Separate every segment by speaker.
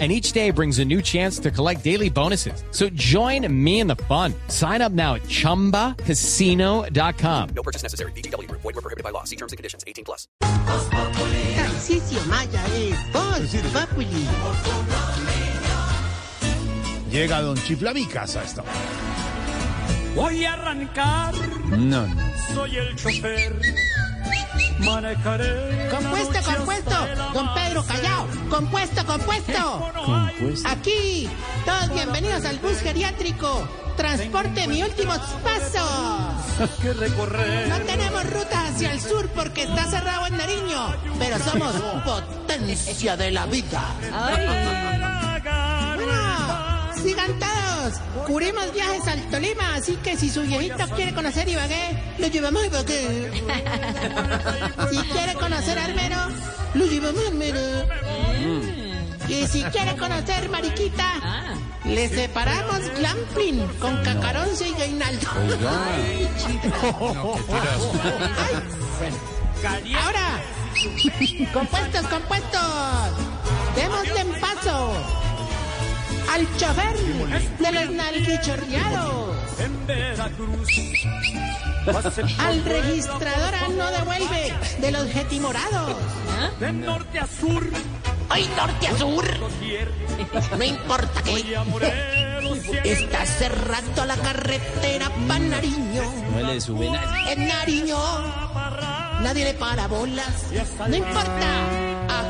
Speaker 1: and each day brings a new chance to collect daily bonuses. So join me in the fun. Sign up now at ChumbaCasino.com.
Speaker 2: No purchase necessary. BGW. Void were prohibited by law. See terms and conditions. 18 plus.
Speaker 3: Tarcisio Maya es Voz Populi.
Speaker 4: Llega Don Chiflamicas a esta hora.
Speaker 5: Voy a arrancar,
Speaker 4: No, no.
Speaker 5: soy el chofer. Manejaré.
Speaker 3: Compuesto, compuesto. Don Pedro Callao. Compuesto, compuesto. Aquí, todos bienvenidos al bus geriátrico. Transporte mi últimos pasos.
Speaker 5: Que recorrer.
Speaker 3: No tenemos rutas hacia el sur porque está cerrado en Nariño, pero somos potencia de la vida. Bueno, sigan todos. Cubrimos viajes al Tolima, así que si su viejito quiere conocer Ibagué, lo llevamos a Ibagué. Si quiere conocer Armero, lo llevamos a Armero. Y si quiere conocer Mariquita, le separamos Glampling con Cacaronce y Gainaldo. Ay, bueno. Ahora, compuestos, compuestos, démosle en paso al chofer de los nalguichorreados,
Speaker 5: En Veracruz. Pasé
Speaker 3: al registrador al no devuelve de los jetimorados.
Speaker 5: de norte a sur.
Speaker 3: Hoy norte a sur,
Speaker 5: Doquier.
Speaker 3: no importa
Speaker 5: Y a
Speaker 3: que
Speaker 5: Morelos. siempre.
Speaker 3: está cerrando la carretera para Nariño. En Nariño nadie le para bolas. No importa.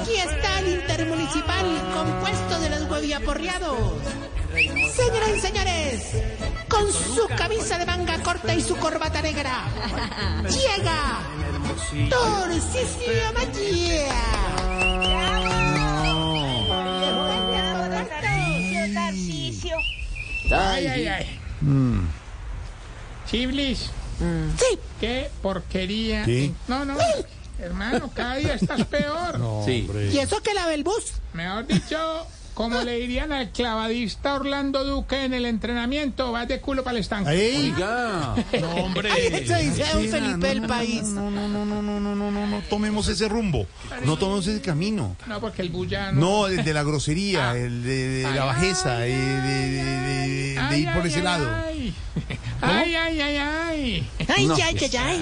Speaker 3: Aquí está el intermunicipal compuesto de los hueviaporreados. Señoras y señores, con su camisa de manga corta y su corbata negra, llega Torcicio
Speaker 6: Tarcicio.
Speaker 4: Ay, ay, ay. Mm.
Speaker 7: Chiblis,
Speaker 3: Sí,
Speaker 7: qué porquería.
Speaker 4: ¿Qué?
Speaker 7: No, no, hermano, cada día estás peor.
Speaker 3: y eso que la del bus.
Speaker 7: Mejor dicho, como le dirían al clavadista Orlando Duque en el entrenamiento, vas de culo para el estanque.
Speaker 4: Ey,
Speaker 3: Ay, eso dice don Felipe del país.
Speaker 4: No, no, no, no, no, no, no, no, no tomemos ese rumbo. No tomemos ese camino.
Speaker 7: No, porque el bullano.
Speaker 4: No, el de la grosería, el de, de la bajeza, el de, de- de- de ir por ese lado.
Speaker 7: Ay, ay, ay, ay. ay.
Speaker 3: Ay, ya, ya, ya.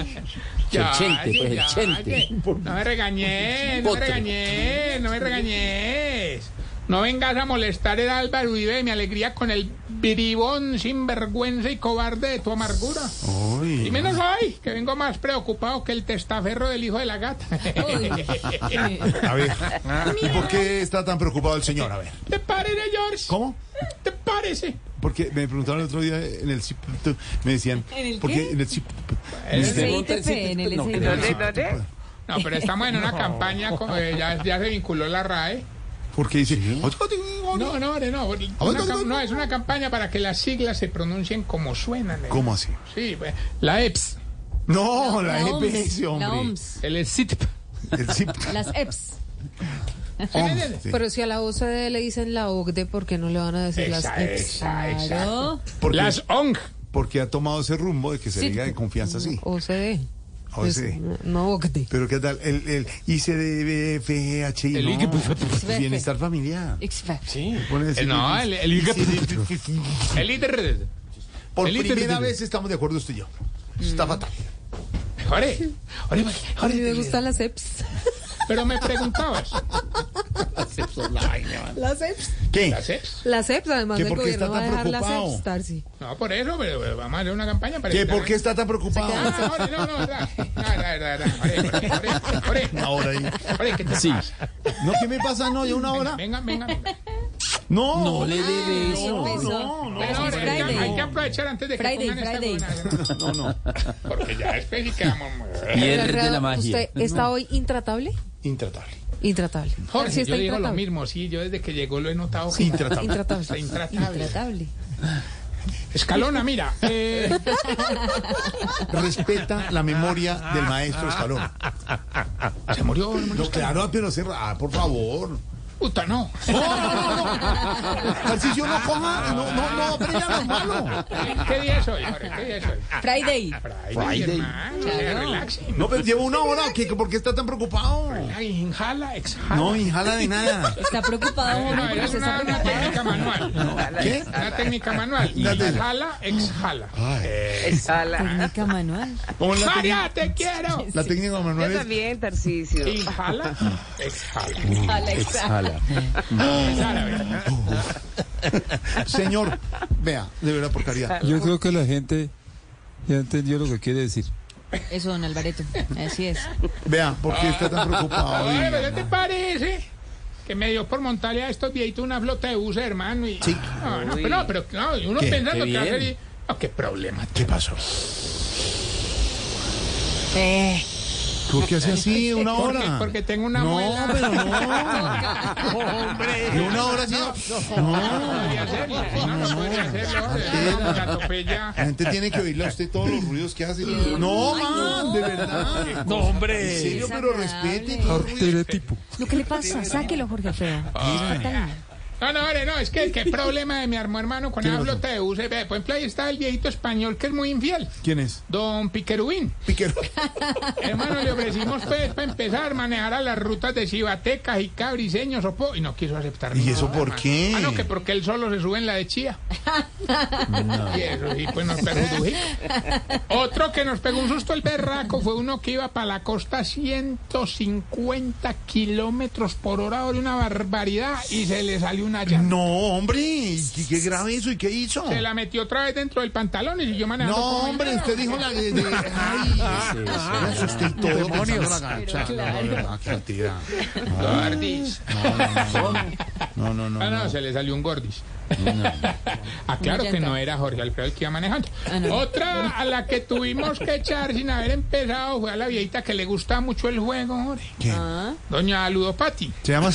Speaker 7: Ya, ya, ya. No me regañes, no me regañes, no me regañes. No vengas a molestar el Álvaro Uribe de mi alegría con el bribón sinvergüenza y cobarde de tu amargura.
Speaker 4: Ay.
Speaker 7: Y menos hoy, que vengo más preocupado que el testaferro del hijo de la gata.
Speaker 4: A ver, ¿y por qué está tan preocupado el señor? A ver,
Speaker 7: ¿Te parece, George?
Speaker 4: ¿cómo?
Speaker 7: ¿Te parece?
Speaker 4: Porque me preguntaron el otro día en el CIP, me decían, ¿por qué en el CIP? me decían,
Speaker 7: No, pero estamos en una campaña, como, eh, ya, ya se vinculó la RAE.
Speaker 4: Porque dice,
Speaker 7: No, no, no, no, una cam- no, es una campaña para que las siglas se pronuncien como suenan. eh.
Speaker 4: ¿cómo así?
Speaker 7: Sí, pues, la EPS,
Speaker 4: No, la EPS, hombre.
Speaker 7: el SITP.
Speaker 4: El CIP.
Speaker 8: Las EPS.
Speaker 4: hombre, sí.
Speaker 8: Pero si a la OCDE le dicen la OCDE, ¿por qué no le van a decir las
Speaker 7: Esa-
Speaker 8: EPS?
Speaker 7: esa-
Speaker 8: Claro.
Speaker 4: Porque-
Speaker 7: Las ONG.
Speaker 4: porque ha tomado ese rumbo de que se
Speaker 8: Sí.
Speaker 4: diga de confianza así.
Speaker 8: OCDE.
Speaker 4: Pues,
Speaker 8: Pues, no OCDE.
Speaker 4: Pero qué tal, el, el ICDFGHI,
Speaker 7: El
Speaker 4: no,
Speaker 7: ICP.
Speaker 4: pues, bienestar familiar.
Speaker 7: Sí.
Speaker 4: Pone ese-
Speaker 7: Eh, No, el, el, el líder.
Speaker 4: Por
Speaker 7: el
Speaker 4: primera
Speaker 7: ICP.
Speaker 4: vez estamos de acuerdo usted y yo. Está fatal.
Speaker 7: Ore, ore,
Speaker 8: A
Speaker 7: ore.
Speaker 8: mí me gustan las E EPS.
Speaker 7: Pero me preguntabas, E
Speaker 8: Las EPS.
Speaker 4: ¿Qué?
Speaker 7: ¿las EPS?
Speaker 8: Las EPS, además
Speaker 4: ¿Que
Speaker 8: del
Speaker 4: por qué
Speaker 8: gobierno,
Speaker 4: está
Speaker 8: va a
Speaker 4: tan
Speaker 8: dejar las
Speaker 4: preocupado?
Speaker 8: EPS, Tarsi.
Speaker 7: No, por eso, pero, pero vamos a hacer una campaña para...
Speaker 4: ¿Qué?
Speaker 7: evitar-
Speaker 4: ¿Por qué está tan preocupado?
Speaker 7: Ah, Ore, no, no, verdad. No, la verdad, verdad. Ore, ore, ore, ore.
Speaker 4: Ahora ahí.
Speaker 7: Ore, ¿qué te
Speaker 9: Sí.
Speaker 7: pasa?
Speaker 4: No, ¿qué me pasa? No, ya una hora.
Speaker 7: Venga, venga. venga.
Speaker 4: No,
Speaker 9: No le debe eso.
Speaker 8: No,
Speaker 4: no, no.
Speaker 7: Pero,
Speaker 8: Es
Speaker 7: ore, hay, que, hay que
Speaker 8: Friday.
Speaker 7: aprovechar antes de que
Speaker 8: Friday,
Speaker 7: pongan esta
Speaker 8: Friday.
Speaker 7: huevonada.
Speaker 4: No, no.
Speaker 7: Porque ya después sí quedamos...
Speaker 9: Pierde la magia.
Speaker 8: ¿Usted está hoy intratable?
Speaker 4: Intratable.
Speaker 8: Intratable. Tarsi
Speaker 7: Jorge, yo digo
Speaker 8: está
Speaker 7: lo
Speaker 8: intratable.
Speaker 7: mismo, sí, yo desde que llegó lo he notado. que
Speaker 4: Intratable.
Speaker 7: Está
Speaker 8: Intratable.
Speaker 7: intratable.
Speaker 8: Intratable.
Speaker 7: Escalona, mira. eh,
Speaker 4: Respeta la memoria del maestro Escalona.
Speaker 7: se murió. se murió.
Speaker 4: No, claro, pero se... Ah, por favor.
Speaker 7: Puta, no.
Speaker 4: Así yo no coma, no, no, no, pero ya las manos.
Speaker 7: ¿Qué día es hoy, Jorge? ¿Qué día es hoy?
Speaker 8: Friday.
Speaker 7: Friday,
Speaker 4: Friday.
Speaker 7: hermano, relaxing.
Speaker 4: No, pero llevo una hora. ¿qué, ¿Por qué está tan preocupado?
Speaker 7: Ay, inhala, exhala.
Speaker 4: No, inhala de nada.
Speaker 8: Está preocupado,
Speaker 7: No,
Speaker 8: Jorge,
Speaker 7: es
Speaker 8: porque se
Speaker 7: una,
Speaker 8: está
Speaker 7: una
Speaker 8: preocupado.
Speaker 7: técnica manual.
Speaker 4: ¿Qué?
Speaker 7: Una técnica manual.
Speaker 4: La de-
Speaker 7: Inhala, exhala.
Speaker 8: Técnica manual.
Speaker 4: ¿Cómo es la, técnica-
Speaker 7: ¡María, te quiero!
Speaker 4: la técnica
Speaker 6: Yo
Speaker 4: manual?
Speaker 6: también, Tarcicio.
Speaker 7: Inhala, exhala.
Speaker 9: Exhala.
Speaker 7: Es árabe.
Speaker 4: es- Señor, vea, de verdad, por caridad.
Speaker 10: Yo creo que la gente ya entendió lo que quiere decir.
Speaker 8: Eso, don Alvareto. Así es.
Speaker 4: Vea, ¿por qué está tan preocupado?
Speaker 7: Oye,
Speaker 4: Diga.
Speaker 7: pero ¿qué te parece? Que me dio por montarle a estos viejitos una flota de buses, hermano. Y...
Speaker 4: Sí.
Speaker 7: No, no, pero, no, pero no, y uno
Speaker 4: ¿Qué?
Speaker 7: pensando
Speaker 9: Qué
Speaker 7: que va a
Speaker 9: bien.
Speaker 7: ser... y- No, qué problema.
Speaker 4: ¿Qué pasó?
Speaker 8: Eh,
Speaker 4: ¿Por qué hace así una
Speaker 7: Porque,
Speaker 4: hora?
Speaker 7: porque tengo una
Speaker 4: no,
Speaker 7: abuela.
Speaker 4: pero no. Hombre. una hora así.
Speaker 7: No
Speaker 4: No.
Speaker 7: podría hacerlo, no, no podría hacerlo.
Speaker 4: Antena.
Speaker 7: Me atropella.
Speaker 4: La gente tiene que oírle a usted todos los ruidos que hace. No, man, de verdad. No, hombre. En serio, pero respete. qué ruido.
Speaker 10: Arteretipo.
Speaker 8: ¿Lo que le pasa? Sáquelo, Jorge Alfredo.
Speaker 7: No, no, hombre, no, es que qué problema de mi hermano, hermano con la flota de buses. Ve, Por ejemplo, ahí está el viejito español que es muy infiel.
Speaker 4: ¿Quién es?
Speaker 7: Don Piquerubín.
Speaker 4: Piquero.
Speaker 7: Hermano, le ofrecimos pues para empezar a manejar a las rutas de Cibateca, y Briseño, Sopó, y no quiso aceptar.
Speaker 4: ¿Y
Speaker 7: nada,
Speaker 4: eso por
Speaker 7: hermano.
Speaker 4: qué?
Speaker 7: Ah, no, que porque él solo se sube en la de Chía. Y eso sí, pues nos pegó un sujico. Otro que nos pegó un susto el berraco fue uno que iba para la costa a 150 kilómetros por hora, de una barbaridad, y se le salió una llanta.
Speaker 4: No, hombre. ¿y ¿Qué, qué grave eso? ¿Y qué hizo?
Speaker 7: Se la metió otra vez dentro del pantalón y siguió manejando.
Speaker 4: No,
Speaker 7: como
Speaker 4: hombre,
Speaker 7: venía.
Speaker 4: usted dijo la de. de- ay, ah, me asusté y todo pensando en la gancha. No, de verdad, qué cantidad. Ah.
Speaker 7: Gordis.
Speaker 4: No, no, no.
Speaker 7: Ah, no,
Speaker 4: no.
Speaker 7: se le salió un gordis. ah, claro que no era Jorge Alfredo el que iba manejando. Otra a la que tuvimos que echar sin haber empezado fue a la viejita que le gusta mucho el juego, Jorge.
Speaker 4: ¿Quién?
Speaker 7: Doña Ludopati.
Speaker 4: Se llama.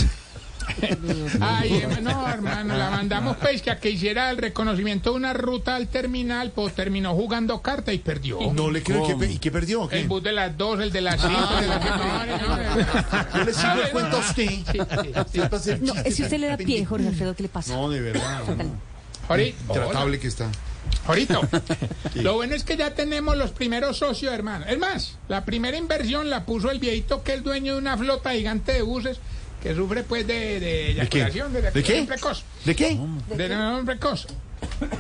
Speaker 7: Ay, hermano, no, hermano, la mandamos pues que a que hiciera el reconocimiento de una ruta al terminal, pues terminó jugando carta y perdió.
Speaker 4: No le creo. ¿Y qué pe- ¿Y qué perdió? o qué?
Speaker 7: Oh, El bus de las dos, el de las cinco, el de las
Speaker 4: Ah. Yo le sigo el cuento a usted.
Speaker 7: sí.
Speaker 4: Siempre hace el
Speaker 8: No,
Speaker 4: chiste
Speaker 8: si usted
Speaker 4: tan
Speaker 8: le da pie, Jorge Alfredo, ¿qué le pasa?
Speaker 4: No, de verdad. no.
Speaker 7: Ahorita,
Speaker 4: Tratable que está.
Speaker 7: Ahorita. Lo bueno es que ya tenemos los primeros socios, hermano. Es más, la primera inversión la puso el viejito que es dueño de una flota gigante de buses que sufre pues de, de eyaculación, de,
Speaker 4: ¿De
Speaker 7: eyaculación
Speaker 4: qué?
Speaker 7: precoz.
Speaker 4: ¿De qué?
Speaker 7: De eyaculación precoz.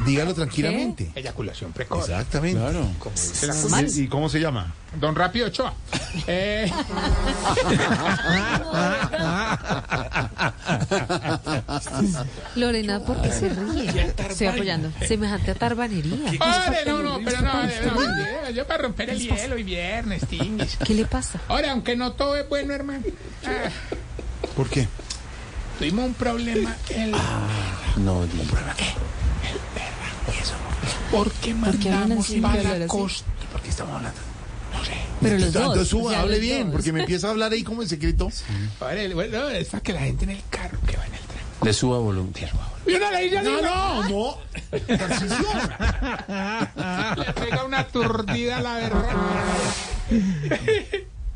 Speaker 4: Dígalo tranquilamente.
Speaker 7: Eyaculación precoz.
Speaker 4: Exactamente. Claro. ¿Y, y cómo se llama?
Speaker 7: Don Rápido Ochoa. Eh,
Speaker 8: Lorena, ¿por qué se ríe? Estoy apoyando. Semejante atarbanería.
Speaker 7: ore, no, no, pero no, no, no, yo para romper el hielo y viernes, tinguis.
Speaker 8: ¿Qué le pasa?
Speaker 7: Ahora, aunque no todo es bueno, hermano. ah,
Speaker 4: ¿Por qué?
Speaker 7: tuvimos un problema el
Speaker 9: No, no.
Speaker 7: porque
Speaker 8: qué hablan
Speaker 7: mandamos
Speaker 8: así? ¿Por qué
Speaker 7: para
Speaker 8: hablan
Speaker 7: la
Speaker 8: así?
Speaker 7: costa.
Speaker 4: ¿Por qué estamos hablando?
Speaker 8: Pero los dos.
Speaker 4: Entonces
Speaker 8: o
Speaker 4: suba,
Speaker 8: sea,
Speaker 4: hable
Speaker 8: los
Speaker 4: bien,
Speaker 8: dos.
Speaker 4: porque me empieza a hablar ahí como en secreto.
Speaker 7: Padre, bueno, es para que la gente en el carro que va en el tren.
Speaker 9: Le suba volumen.
Speaker 7: Y una le dice así,
Speaker 4: No,
Speaker 7: no,
Speaker 4: no, no. Tarcisio.
Speaker 7: le pega una turdida a la verdad.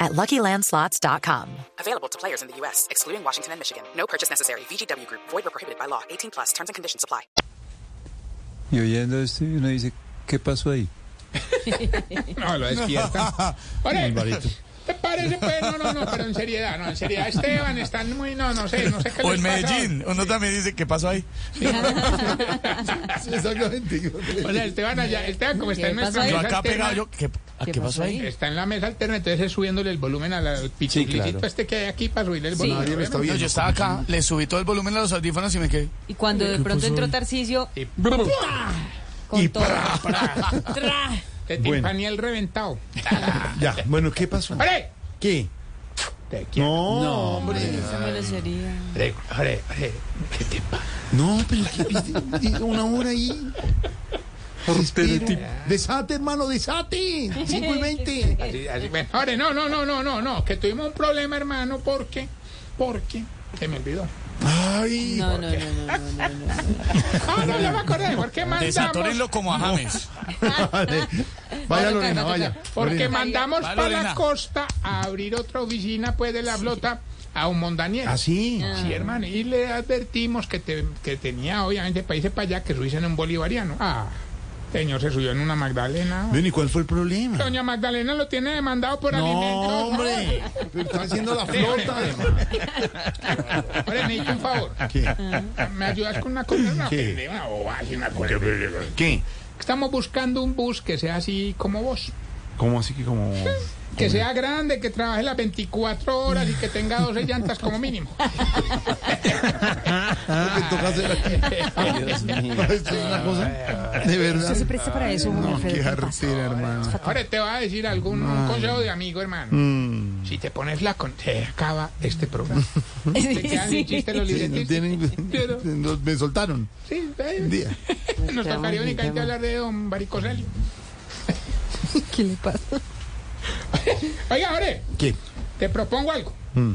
Speaker 6: at luckylandslots.com.
Speaker 11: Available to players in the U.S., excluding Washington and Michigan. No purchase necessary. VGW Group, void were prohibited by law. 18 plus terms and conditions apply.
Speaker 10: y oyendo esto, uno dice, ¿qué pasó ahí?
Speaker 7: No, lo despierta. Oye, ¿Te parece? Pues no, no, no, pero en seriedad, no, en seriedad. Esteban, están muy, no, no sé, no sé qué les pasa.
Speaker 4: uno también dice, ¿qué pasó ahí? Exactamente.
Speaker 7: Hola, Esteban, allá, Esteban, como está
Speaker 8: ¿Qué
Speaker 7: en nuestra
Speaker 8: pasó ahí?
Speaker 7: mesa
Speaker 8: Yo
Speaker 5: este
Speaker 7: alterna,
Speaker 4: ¿qué,
Speaker 8: ¿Qué pasó ahí?
Speaker 7: Está en la mesa alterna, entonces es subiéndole el volumen al, al pichuclicito este que hay aquí para subirle el volumen.
Speaker 4: Nadie lo está viendo.
Speaker 5: estaba acá, le subí todo el volumen a los audífonos y me quedé.
Speaker 8: Y cuando de pronto entró Tarcisio,
Speaker 7: Y-
Speaker 8: con todo.
Speaker 7: Pra.
Speaker 8: Tra.
Speaker 7: Te
Speaker 4: Bueno.
Speaker 7: timpani el reventado.
Speaker 4: Ya, bueno, ¿qué pasó?
Speaker 7: ¡Hombre!
Speaker 4: ¿Qué?
Speaker 7: Te quiero.
Speaker 4: No, hombre.
Speaker 7: Hombre, hombre, hombre, ¿Qué te pasa?
Speaker 4: No, pero ¿qué pide? Y Una hora ahí. Respiro. Desate, hermano, desate. 5 y 20.
Speaker 7: Así, así, bueno, hombre, no, no, no, no, no, no. Que tuvimos un problema, hermano, porque, porque, se me olvidó.
Speaker 4: Ay,
Speaker 8: No, no, no, no, no, no, no, no.
Speaker 7: Ah, no, ya me acordé. ¿Por qué mandamos?
Speaker 5: Desatórenlo como a James.
Speaker 4: vale. Vaya, Lorena, vaya.
Speaker 7: Porque
Speaker 4: Lorena.
Speaker 7: mandamos
Speaker 5: Vale,
Speaker 7: para la
Speaker 5: Lorena.
Speaker 7: costa a abrir otra oficina, pues, de la flota a un mondaniel.
Speaker 4: Ah, sí.
Speaker 7: Sí, hermano, y le advertimos que, te- que tenía, obviamente, países para allá que subirse en un bolivariano. Ah, señor, se subió en una Magdalena.
Speaker 4: Ven, ¿y cuál fue el problema?
Speaker 7: Doña Magdalena lo tiene demandado por alimentos.
Speaker 4: No, hombre. Pero está haciendo la
Speaker 7: Déjame,
Speaker 4: flota.
Speaker 7: Hombre, necesito un favor.
Speaker 4: ¿Qué?
Speaker 7: ¿Me ayudas con una cosa? Una
Speaker 4: ¿Qué?
Speaker 7: pendeja boba, así una cosa.
Speaker 4: ¿Qué?
Speaker 7: Estamos buscando un bus que sea así como vos.
Speaker 4: ¿Cómo así que como.?
Speaker 7: Que sea grande, que trabaje las 24 horas y que tenga 12 llantas como mínimo.
Speaker 4: Lo que toca hacer aquí. Esto es una cosa. De verdad.
Speaker 8: se presta para eso,
Speaker 4: No,
Speaker 8: Jorge,
Speaker 4: qué
Speaker 8: ¿qué pasa?
Speaker 4: jartera, hermano.
Speaker 7: Ahora te voy a decir algún un consejo de amigo, hermano.
Speaker 4: Mm.
Speaker 7: Si te pones la con... Se acaba este programa. Te quedan sin chiste los
Speaker 4: Sí, no
Speaker 7: libretistas. Pero-
Speaker 4: tienen- no, me soltaron.
Speaker 7: Sí,
Speaker 4: Un
Speaker 7: eh,
Speaker 4: día.
Speaker 7: nos tocaría únicamente hablar de don Baricoselio.
Speaker 8: ¿Qué le pasa?
Speaker 7: Oiga, Jorge,
Speaker 4: ¿Qué?
Speaker 7: te propongo algo.
Speaker 4: Mm.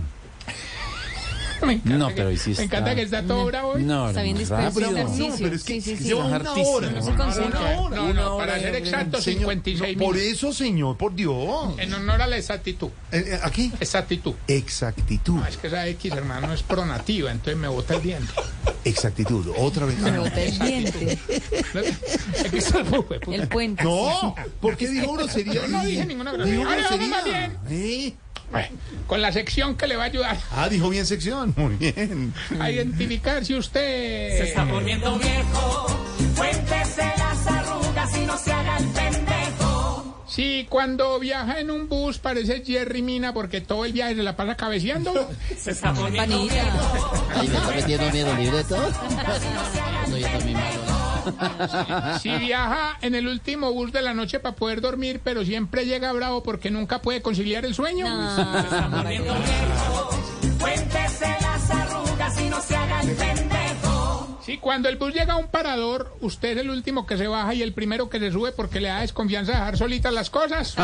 Speaker 7: Me encanta
Speaker 9: No,
Speaker 7: que-
Speaker 9: pero ahí sí
Speaker 7: Me encanta
Speaker 9: está-
Speaker 7: que está todo bravo. hoy.
Speaker 9: No,
Speaker 8: Está bien
Speaker 9: no,
Speaker 8: disperso.
Speaker 9: rápido.
Speaker 8: Pero
Speaker 4: No, pero es que
Speaker 8: Sí, sí, sí.
Speaker 4: lleva una
Speaker 9: Artístico.
Speaker 4: hora.
Speaker 9: No
Speaker 8: se concentra.
Speaker 4: Una hora.
Speaker 7: No, no, para
Speaker 9: hora,
Speaker 7: ser
Speaker 9: yo creo.
Speaker 7: exacto,
Speaker 4: Señor,
Speaker 7: 56
Speaker 4: no, Por
Speaker 7: minutos.
Speaker 4: eso, señor, por Dios.
Speaker 7: En honor a la exactitud.
Speaker 4: Eh, eh, Aquí,
Speaker 7: Exactitud.
Speaker 4: exactitud.
Speaker 7: No, es que esa X, hermano, es pronativa, entonces me bota el diente.
Speaker 4: Exactitud. Otra vez. Ah,
Speaker 8: Me bota el diente,
Speaker 7: No, es que esa- fue puta.
Speaker 8: el puente.
Speaker 4: No, ¿por qué dijo grosería?
Speaker 7: Yo no dije ninguna
Speaker 4: Dijo
Speaker 7: grosería. Ahora vamos más
Speaker 4: grosería. ¿Eh?
Speaker 7: Bueno, Con la sección que le va a ayudar
Speaker 4: Ah, dijo bien sección. Muy bien.
Speaker 7: a identificar si usted... Sí, cuando viaja en un bus parece Jerry Mina porque todo el viaje se la pasa cabeceando.
Speaker 8: Campanita.
Speaker 12: Ay, me está metiendo miedo libreto. No, yo también malo.
Speaker 7: Si viaja en el último bus de la noche para poder dormir, pero siempre llega bravo porque nunca puede conciliar el sueño. Si cuando el bus llega a un parador, usted es el último que se baja y el primero que se sube porque le da desconfianza dejar solitas las cosas.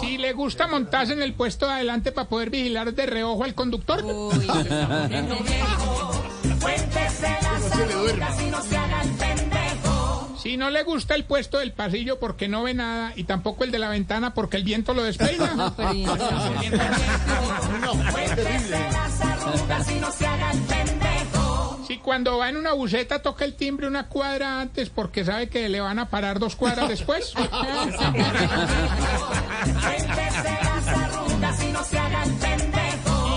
Speaker 7: Si le gusta montarse en el puesto de adelante para poder vigilar de reojo al conductor.
Speaker 8: Oh.
Speaker 7: Si no le gusta el puesto del pasillo porque no ve nada y tampoco el de la ventana porque el viento lo despeina.
Speaker 8: Pero bien,
Speaker 7: Si cuando va en una buceta toca el timbre una cuadra antes porque sabe que le van a parar dos cuadras después.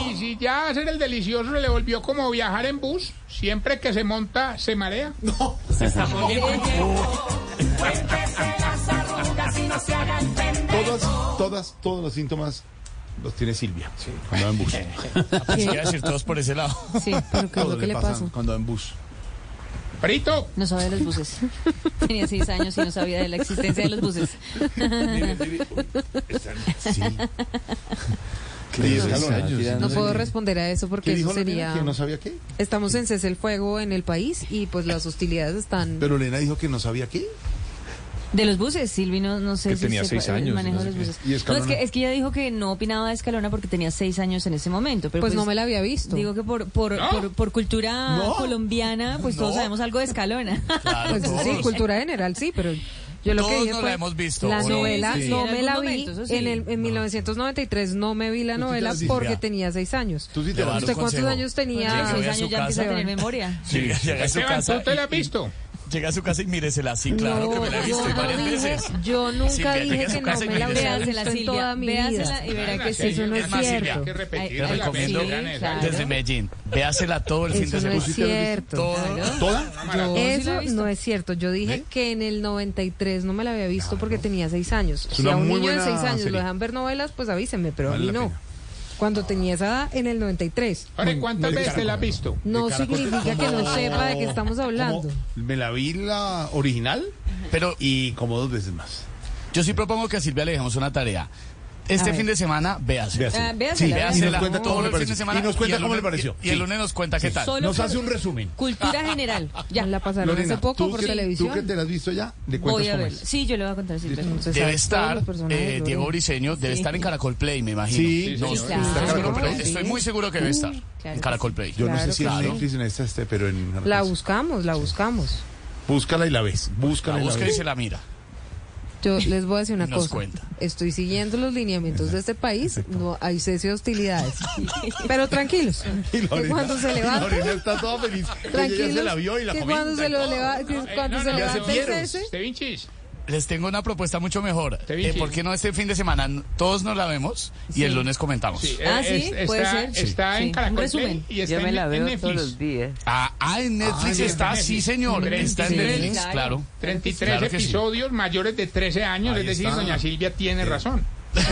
Speaker 7: Y si ya hacer el delicioso le volvió como viajar en bus, siempre que se monta se marea.
Speaker 4: Todas, todas, todos los síntomas los tiene Silvia. Cuando va en bus.
Speaker 5: Pensé que iba a decir todos por ese lado.
Speaker 8: Sí, pero Eh, ¿qué es
Speaker 4: Todos
Speaker 8: lo que
Speaker 4: le
Speaker 8: le pasa?
Speaker 4: pasan cuando va en bus.
Speaker 7: Perito,
Speaker 8: No sabía de los buses. Tenía seis años y no sabía de la existencia de los buses.
Speaker 4: Sí.
Speaker 9: Qué
Speaker 4: Diez
Speaker 9: risa,
Speaker 4: años.
Speaker 9: tirando-
Speaker 8: No puedo responder a eso
Speaker 4: ¿Qué
Speaker 8: porque eso
Speaker 4: dijo Lorena?
Speaker 8: sería...
Speaker 4: Que no sabía qué.
Speaker 8: Estamos en cese el fuego en el país y pues las hostilidades están...
Speaker 4: Pero Lorena dijo que no sabía qué.
Speaker 13: De los buses, Silvi, no, no sé
Speaker 9: Que
Speaker 13: si
Speaker 9: tenía
Speaker 13: sepa
Speaker 8: pues,
Speaker 9: seis
Speaker 13: el
Speaker 9: años,
Speaker 13: manejo
Speaker 9: no
Speaker 13: de
Speaker 9: sé
Speaker 13: los
Speaker 9: qué.
Speaker 13: buses.
Speaker 4: Y
Speaker 13: No, es
Speaker 4: Escalona.
Speaker 13: que, es que ella dijo que no opinaba de Escalona porque tenía seis años en ese momento. Pero
Speaker 8: Pues no me la había visto.
Speaker 13: Digo que por, por, por, por cultura colombiana, pues todos sabemos algo de Escalona.
Speaker 5: Claro,
Speaker 8: Pues
Speaker 5: todos.
Speaker 8: sí, cultura general, sí, pero yo lo que
Speaker 5: Todos
Speaker 8: dije
Speaker 5: no
Speaker 8: fue
Speaker 5: la hemos visto,
Speaker 8: la
Speaker 5: ¿o no?
Speaker 8: novela
Speaker 5: Sí, sí,
Speaker 8: no
Speaker 13: en
Speaker 8: me
Speaker 13: algún
Speaker 8: la vi
Speaker 13: momento, eso sí.
Speaker 8: en el en 1993 no me vi la
Speaker 4: tú te
Speaker 8: novela
Speaker 4: las dices,
Speaker 8: porque
Speaker 5: ya.
Speaker 8: tenía seis años.
Speaker 4: Tú sí te
Speaker 5: Te va
Speaker 4: la
Speaker 5: a dar
Speaker 8: ¿Usted
Speaker 5: un
Speaker 8: cuántos
Speaker 5: consejo.
Speaker 8: años
Speaker 13: Con
Speaker 8: tenía?
Speaker 5: Llegué
Speaker 13: seis
Speaker 5: a
Speaker 13: años
Speaker 5: su
Speaker 13: ya empieza
Speaker 5: casa.
Speaker 13: a tener
Speaker 8: em-
Speaker 13: memoria.
Speaker 5: Llega, llega a su
Speaker 7: Esteban,
Speaker 5: casa.
Speaker 7: ¿tú te la
Speaker 5: y-
Speaker 7: has visto?
Speaker 5: Llega a su casa y míresela. Sí, claro que me la he visto y
Speaker 8: yo,
Speaker 5: varias
Speaker 8: no dije,
Speaker 5: veces.
Speaker 8: yo
Speaker 5: Silvia,
Speaker 8: nunca
Speaker 5: llegué
Speaker 8: dije
Speaker 5: a su
Speaker 8: que no
Speaker 5: casa y
Speaker 8: me la
Speaker 5: mire,
Speaker 8: había
Speaker 5: Silvia.
Speaker 8: visto
Speaker 13: Véasela,
Speaker 8: en
Speaker 13: Silvia,
Speaker 8: toda mi vida.
Speaker 13: véasela y verá que
Speaker 8: sí, eso no es
Speaker 5: más, Silvia,
Speaker 8: cierto.
Speaker 7: que repetir
Speaker 5: Te
Speaker 7: la
Speaker 5: recomiendo
Speaker 7: vez, ganes,
Speaker 8: claro.
Speaker 5: desde Medellín. Véasela todo el fin de
Speaker 8: Eso no
Speaker 5: semana.
Speaker 8: es cierto.
Speaker 5: Todo.
Speaker 4: ¿Toda?
Speaker 8: Yo-
Speaker 13: sí la he
Speaker 8: Eso
Speaker 13: visto.
Speaker 8: no es cierto. Yo dije que en el 93 no me la había visto porque tenía 6 años.
Speaker 4: Es
Speaker 8: Si
Speaker 4: una
Speaker 8: a un
Speaker 4: muy
Speaker 8: niño de
Speaker 4: buena
Speaker 8: 6 años
Speaker 4: serie.
Speaker 8: lo dejan ver novelas, pues avísenme, pero
Speaker 4: Vale
Speaker 8: a
Speaker 4: la
Speaker 8: mí no.
Speaker 4: pena.
Speaker 8: Cuando tenía esa edad, en el 93.
Speaker 7: Ahora, ¿cuántas veces la has visto?
Speaker 8: No significa que no sepa de qué estamos hablando.
Speaker 4: Me la vi la original,
Speaker 5: pero
Speaker 4: y como dos veces más.
Speaker 5: Yo sí propongo que a Silvia le dejemos una tarea. Este
Speaker 8: A
Speaker 5: fin
Speaker 8: ver.
Speaker 5: de semana, véasela.
Speaker 4: Véasela.
Speaker 13: Ah, véasela,
Speaker 5: Sí,
Speaker 13: véasela.
Speaker 5: véasela.
Speaker 4: Y nos cuenta cómo
Speaker 5: Todo
Speaker 4: le
Speaker 5: el fin de
Speaker 4: pareció.
Speaker 5: semana.
Speaker 4: Y nos cuenta
Speaker 5: el
Speaker 4: cómo le
Speaker 5: lunes-
Speaker 4: pareció.
Speaker 5: Y el
Speaker 4: Sí.
Speaker 5: lunes nos cuenta qué tal.
Speaker 13: Solo
Speaker 4: Nos
Speaker 13: por-
Speaker 4: hace un resumen.
Speaker 13: Cultura general. Ya.
Speaker 8: La pasaron
Speaker 4: Lorena,
Speaker 8: hace poco
Speaker 4: ¿tú
Speaker 8: por
Speaker 4: que-
Speaker 8: televisión.
Speaker 4: ¿Tú que te la has visto ya? ¿De cuentas
Speaker 13: Voy a
Speaker 4: cómo
Speaker 13: ver.
Speaker 4: es?
Speaker 13: Sí, yo le voy a contar a Silvia.
Speaker 8: Entonces,
Speaker 5: Debe
Speaker 8: sabe todos
Speaker 5: estar
Speaker 8: los personajes,
Speaker 5: eh,
Speaker 8: Lorena.
Speaker 5: Diego Briseño, debe
Speaker 13: Sí.
Speaker 5: estar en Caracol Play, me imagino.
Speaker 4: Sí,
Speaker 5: No,
Speaker 13: sí,
Speaker 5: estoy
Speaker 13: claro.
Speaker 5: seguro, pero
Speaker 8: Ah, Sí. Uh,
Speaker 5: Estoy muy seguro que debe estar
Speaker 13: claro
Speaker 5: en Caracol Play.
Speaker 4: Yo no
Speaker 8: Claro,
Speaker 4: sé si
Speaker 5: claro.
Speaker 4: en Netflix en esta esté, pero en...
Speaker 8: La buscamos, la buscamos.
Speaker 4: Búscala y la ves.
Speaker 5: La
Speaker 4: Búscala y la
Speaker 5: busca y
Speaker 4: ves.
Speaker 5: se la mira.
Speaker 8: Yo les voy a decir una
Speaker 5: Nos
Speaker 8: cosa.
Speaker 5: cuenta.
Speaker 8: Estoy siguiendo los lineamientos de este país. No hay cese de hostilidades. Pero tranquilos.
Speaker 4: Y
Speaker 8: Que
Speaker 4: Lorena-
Speaker 8: cuando se
Speaker 4: y
Speaker 8: levanta.
Speaker 4: Lorena está toda feliz. Ella ya
Speaker 8: Tranquilos.
Speaker 4: se la vio y la
Speaker 8: que
Speaker 4: comenta.
Speaker 8: cuando se lo leva- que
Speaker 7: eh,
Speaker 8: cuando se
Speaker 4: no,
Speaker 8: levanta
Speaker 4: ya se
Speaker 8: el
Speaker 4: vieron.
Speaker 8: cese.
Speaker 7: Te vinchis.
Speaker 5: Les tengo una propuesta mucho mejor.
Speaker 7: Te vi,
Speaker 5: Eh,
Speaker 7: sí.
Speaker 5: ¿Por qué no este fin de semana n- todos nos la vemos y el lunes comentamos?
Speaker 7: Sí,
Speaker 13: Ah,
Speaker 7: eh,
Speaker 13: sí,
Speaker 7: es-
Speaker 13: puede
Speaker 7: está,
Speaker 13: ser.
Speaker 7: Está
Speaker 13: Sí.
Speaker 7: en
Speaker 13: Un
Speaker 7: Caracol
Speaker 13: resumen.
Speaker 7: Play y está
Speaker 9: Yo me
Speaker 7: en,
Speaker 9: la
Speaker 7: en
Speaker 9: veo todos
Speaker 7: Netflix.
Speaker 9: los días.
Speaker 5: Ah, ah, en Netflix está,
Speaker 7: Ah, en Netflix.
Speaker 5: sí señor,
Speaker 7: Hombre,
Speaker 5: está en
Speaker 7: sí,
Speaker 5: Netflix,
Speaker 13: claro.
Speaker 5: claro.
Speaker 7: 33
Speaker 5: Claro que sí.
Speaker 7: episodios mayores de 13 años,
Speaker 4: Ahí
Speaker 7: es decir,
Speaker 4: está.
Speaker 7: doña Silvia tiene razón.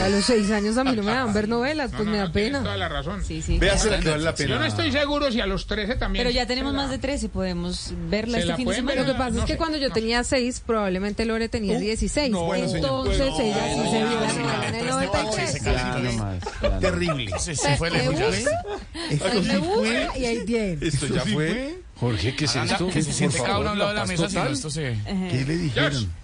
Speaker 8: A los seis años a mí no me dan ver novelas,
Speaker 7: No,
Speaker 8: pues
Speaker 7: no,
Speaker 8: me
Speaker 7: no,
Speaker 8: da
Speaker 7: tienes
Speaker 8: pena.
Speaker 7: toda la razón.
Speaker 13: Sí, sí.
Speaker 4: Véasela que vale la pena.
Speaker 7: Yo no estoy seguro si a los 13 también.
Speaker 13: Pero ya tenemos
Speaker 7: se la-
Speaker 13: más de 13, podemos verla
Speaker 7: Se
Speaker 13: este
Speaker 7: la
Speaker 13: fin de
Speaker 7: pueden
Speaker 13: semana.
Speaker 7: ver
Speaker 8: Lo
Speaker 7: No,
Speaker 8: que pasa
Speaker 7: no
Speaker 8: es que
Speaker 7: sé,
Speaker 8: cuando yo
Speaker 7: no
Speaker 8: tenía seis, probablemente Lore tenía 16.
Speaker 4: no, bueno, señora.
Speaker 8: Entonces
Speaker 4: Bueno,
Speaker 8: ella sí se vio la
Speaker 5: Se
Speaker 8: novela en el
Speaker 5: calentó este parche, se
Speaker 8: 93.
Speaker 10: Ya
Speaker 5: calentó.
Speaker 10: nomás, ya nomás.
Speaker 4: Terrible.
Speaker 5: Se, se
Speaker 13: Eh,
Speaker 5: fue
Speaker 8: Me
Speaker 5: lejos. ya.
Speaker 8: gusta, ahí me gusta y ahí tiene.
Speaker 4: Esto ya fue.
Speaker 10: Jorge, ¿qué es
Speaker 5: Anda,
Speaker 10: esto?
Speaker 5: que se siente
Speaker 10: Por
Speaker 5: cada uno a
Speaker 10: favor,
Speaker 5: un lado de
Speaker 10: la
Speaker 5: la
Speaker 10: paz
Speaker 5: mesa, si no
Speaker 10: total.
Speaker 5: esto se...
Speaker 4: ¿Qué le
Speaker 7: Dios.
Speaker 4: dijeron?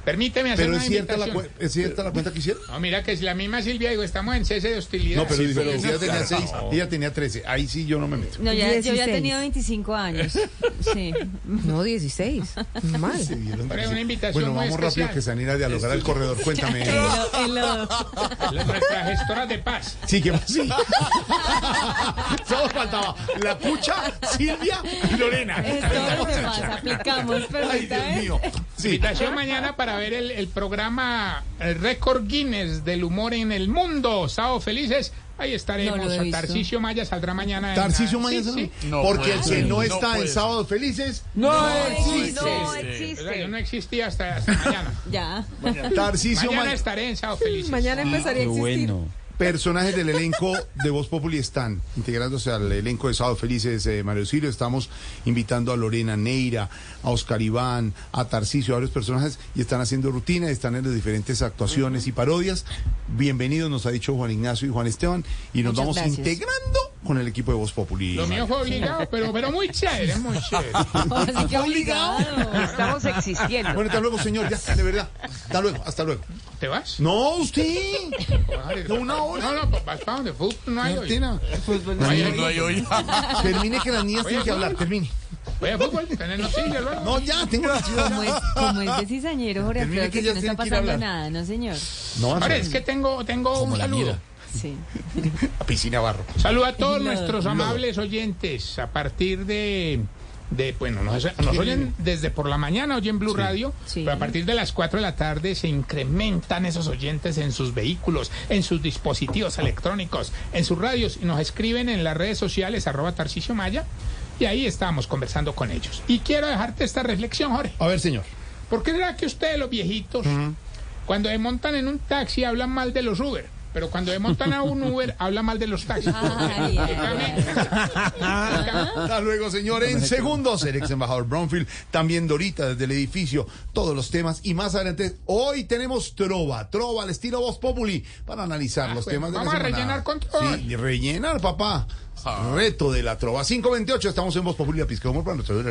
Speaker 7: Permíteme hacer
Speaker 4: Pero
Speaker 7: una
Speaker 4: es cierta, la,
Speaker 7: invitación.
Speaker 4: cue- ¿es cierta la cuenta que hicieron.
Speaker 7: No, mira que es la misma Silvia, digo, estamos en cese de hostilidad.
Speaker 4: No, pero, dijo, si ella tenía
Speaker 5: claro.
Speaker 4: 6, ella tenía 13. Ahí sí yo no me meto.
Speaker 13: No, ya, yo ya
Speaker 8: 16.
Speaker 13: he tenido 25 años. Sí.
Speaker 8: No, 16. Mal.
Speaker 4: Se dieron
Speaker 7: Pero es una invitación
Speaker 4: bueno,
Speaker 7: muy
Speaker 4: vamos rápido
Speaker 7: especial.
Speaker 4: que se han ido a dialogar al corredor. Cuéntame.
Speaker 13: En lo-
Speaker 7: La- Nuestra gestora de paz.
Speaker 4: Sí, que sí. Solo faltaba la pucha, Silvia y Lorena.
Speaker 13: Esto se pasa, aplicamos
Speaker 4: Ay, Dios
Speaker 13: perfectamente.
Speaker 4: mío. Sí.
Speaker 7: Invitación mañana para ver el, el programa el Récord Guinness del humor en el mundo. Sábado felices. Ahí estaremos.
Speaker 13: No lo he visto.
Speaker 7: Tarcicio Maya saldrá mañana. en la-
Speaker 4: Tarcisio Maya
Speaker 7: Sí, sí.
Speaker 5: No
Speaker 4: Porque
Speaker 5: puede
Speaker 4: el que
Speaker 5: ser,
Speaker 4: no
Speaker 5: no
Speaker 4: está
Speaker 5: puede
Speaker 4: en
Speaker 5: ser.
Speaker 4: Sábados Felices,
Speaker 13: No existe. No
Speaker 7: O sea, yo no
Speaker 13: existe.
Speaker 7: existía hasta, hasta mañana.
Speaker 13: Ya.
Speaker 4: Tarcisio
Speaker 7: mañana
Speaker 4: Maya.
Speaker 7: estaré en Sábado felices.
Speaker 8: Mañana empezaría a
Speaker 10: Qué
Speaker 8: existir.
Speaker 10: bueno.
Speaker 4: Personajes del elenco de Voz Populi están integrándose al elenco de Sábado Felices de Mario Silvio. Estamos invitando a Lorena Neira, a Oscar Iván, a Tarcisio, a varios personajes y están haciendo rutina, están en las diferentes actuaciones y parodias. Bienvenidos, nos ha dicho Juan Ignacio y Juan Esteban, y nos
Speaker 13: Muchas
Speaker 4: vamos
Speaker 13: gracias.
Speaker 4: integrando con el equipo de Voz Populi.
Speaker 7: Lo mío fue obligado, pero, pero muy chévere, muy chévere.
Speaker 13: Así que obligado.
Speaker 9: Estamos existiendo.
Speaker 4: Bueno, hasta luego, señor, ya, de verdad. Hasta luego, hasta luego.
Speaker 7: ¿Te vas?
Speaker 4: No, usted. No, una hora.
Speaker 7: No, no, vas para donde fútbol no hay hoy.
Speaker 4: Martina,
Speaker 5: Ay, No hay hoy.
Speaker 4: termine que las niñas tienen que hablar, termine.
Speaker 7: Oye, fútbol, tenés noticias, luego.
Speaker 4: No, ya, tengo la ciudad.
Speaker 13: Como es, como es de cizañero, Jorge
Speaker 4: Termina
Speaker 13: Alfredo,
Speaker 4: que
Speaker 13: que,
Speaker 4: ya
Speaker 13: no
Speaker 4: tiene
Speaker 13: está
Speaker 4: que ir a
Speaker 13: pasando
Speaker 4: hablar.
Speaker 13: nada, ¿no, señor?
Speaker 4: No,
Speaker 7: Ahora es que tengo, tengo un
Speaker 5: la
Speaker 7: saludo.
Speaker 5: mira.
Speaker 13: Sí.
Speaker 4: a piscina barro.
Speaker 7: Saludo a todos
Speaker 13: No.
Speaker 7: nuestros amables oyentes a partir de. De, pues, bueno, nos, nos oyen desde por la mañana, oyen Blue Radio,
Speaker 13: Sí.
Speaker 7: pero a partir de las 4 de la tarde se incrementan esos oyentes en sus vehículos, en sus dispositivos electrónicos, en sus radios, y nos escriben en las redes sociales, arroba Tarcicio Maya, y ahí estamos conversando con ellos. Y quiero dejarte esta reflexión, Jorge.
Speaker 4: A ver, señor.
Speaker 7: ¿Por qué será que ustedes, los viejitos, cuando se montan en un taxi, hablan mal de los Uber? Pero cuando se montan a un Uber, hablan mal de los taxis.
Speaker 13: Ay, ay,
Speaker 7: Explícame.
Speaker 4: Hasta luego, señor. En segundos, el ex embajador Brownfield, también Dorita desde el edificio, todos los temas. Y más adelante, hoy tenemos Trova, Trova al estilo Voz Populi, para analizar
Speaker 7: Ah,
Speaker 4: los
Speaker 7: bueno,
Speaker 4: temas de la
Speaker 7: vamos a
Speaker 4: semana.
Speaker 7: rellenar con todo. Ah.
Speaker 4: Sí, rellenar, papá. Reto de la Trova. 528, estamos en Voz Populi, a Piscomor para nuestro...